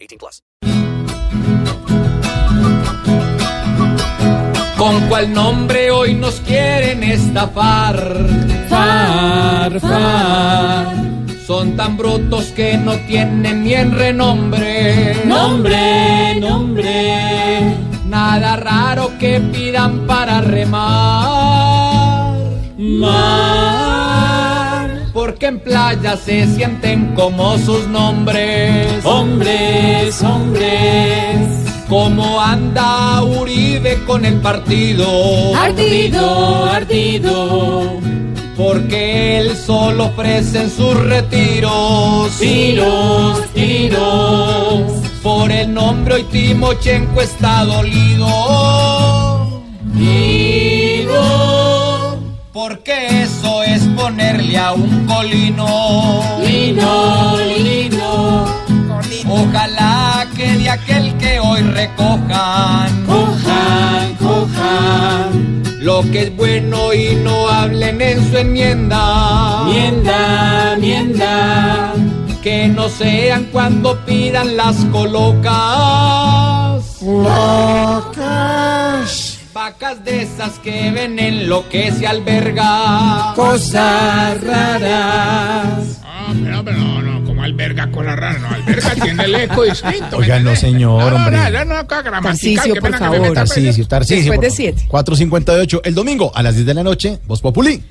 18 plus. ¿Con cuál nombre hoy nos quieren estafar? Far, far. Son tan brutos que no tienen ni en renombre. Nombre, nombre. Nada raro que pidan para remar. Mar. Porque en playa se sienten como sus nombres. Hombres, hombres. ¿Cómo anda Uribe con el partido? Ardido, ardido. Porque él solo ofrece en sus retiros. Tiros, tiros. Por el nombre hoy Timochenko está dolido. Dolido. Porque eso es ponerle a un colino. Lino, lino. Ojalá que de aquel que hoy recojan. Cojan, cojan. Lo que es bueno y no hablen en su enmienda. Enmienda, enmienda. Que no sean cuando pidan las colocas. Locas, Vacas de esas que ven en lo que se alberga. cosas raras. Ah, pero, pero no, no, como alberga con la rara, no, alberga tiene el eco distinto. Oiga, no, señor, no, no, hombre. No, no, no, acá gramatical, Tarcisio, qué por pena que me favor. meta, pero- Tarcisio, Tarcisio. Después de por siete. favor. 4.58, el domingo a las 10 de la noche, Voz Populi.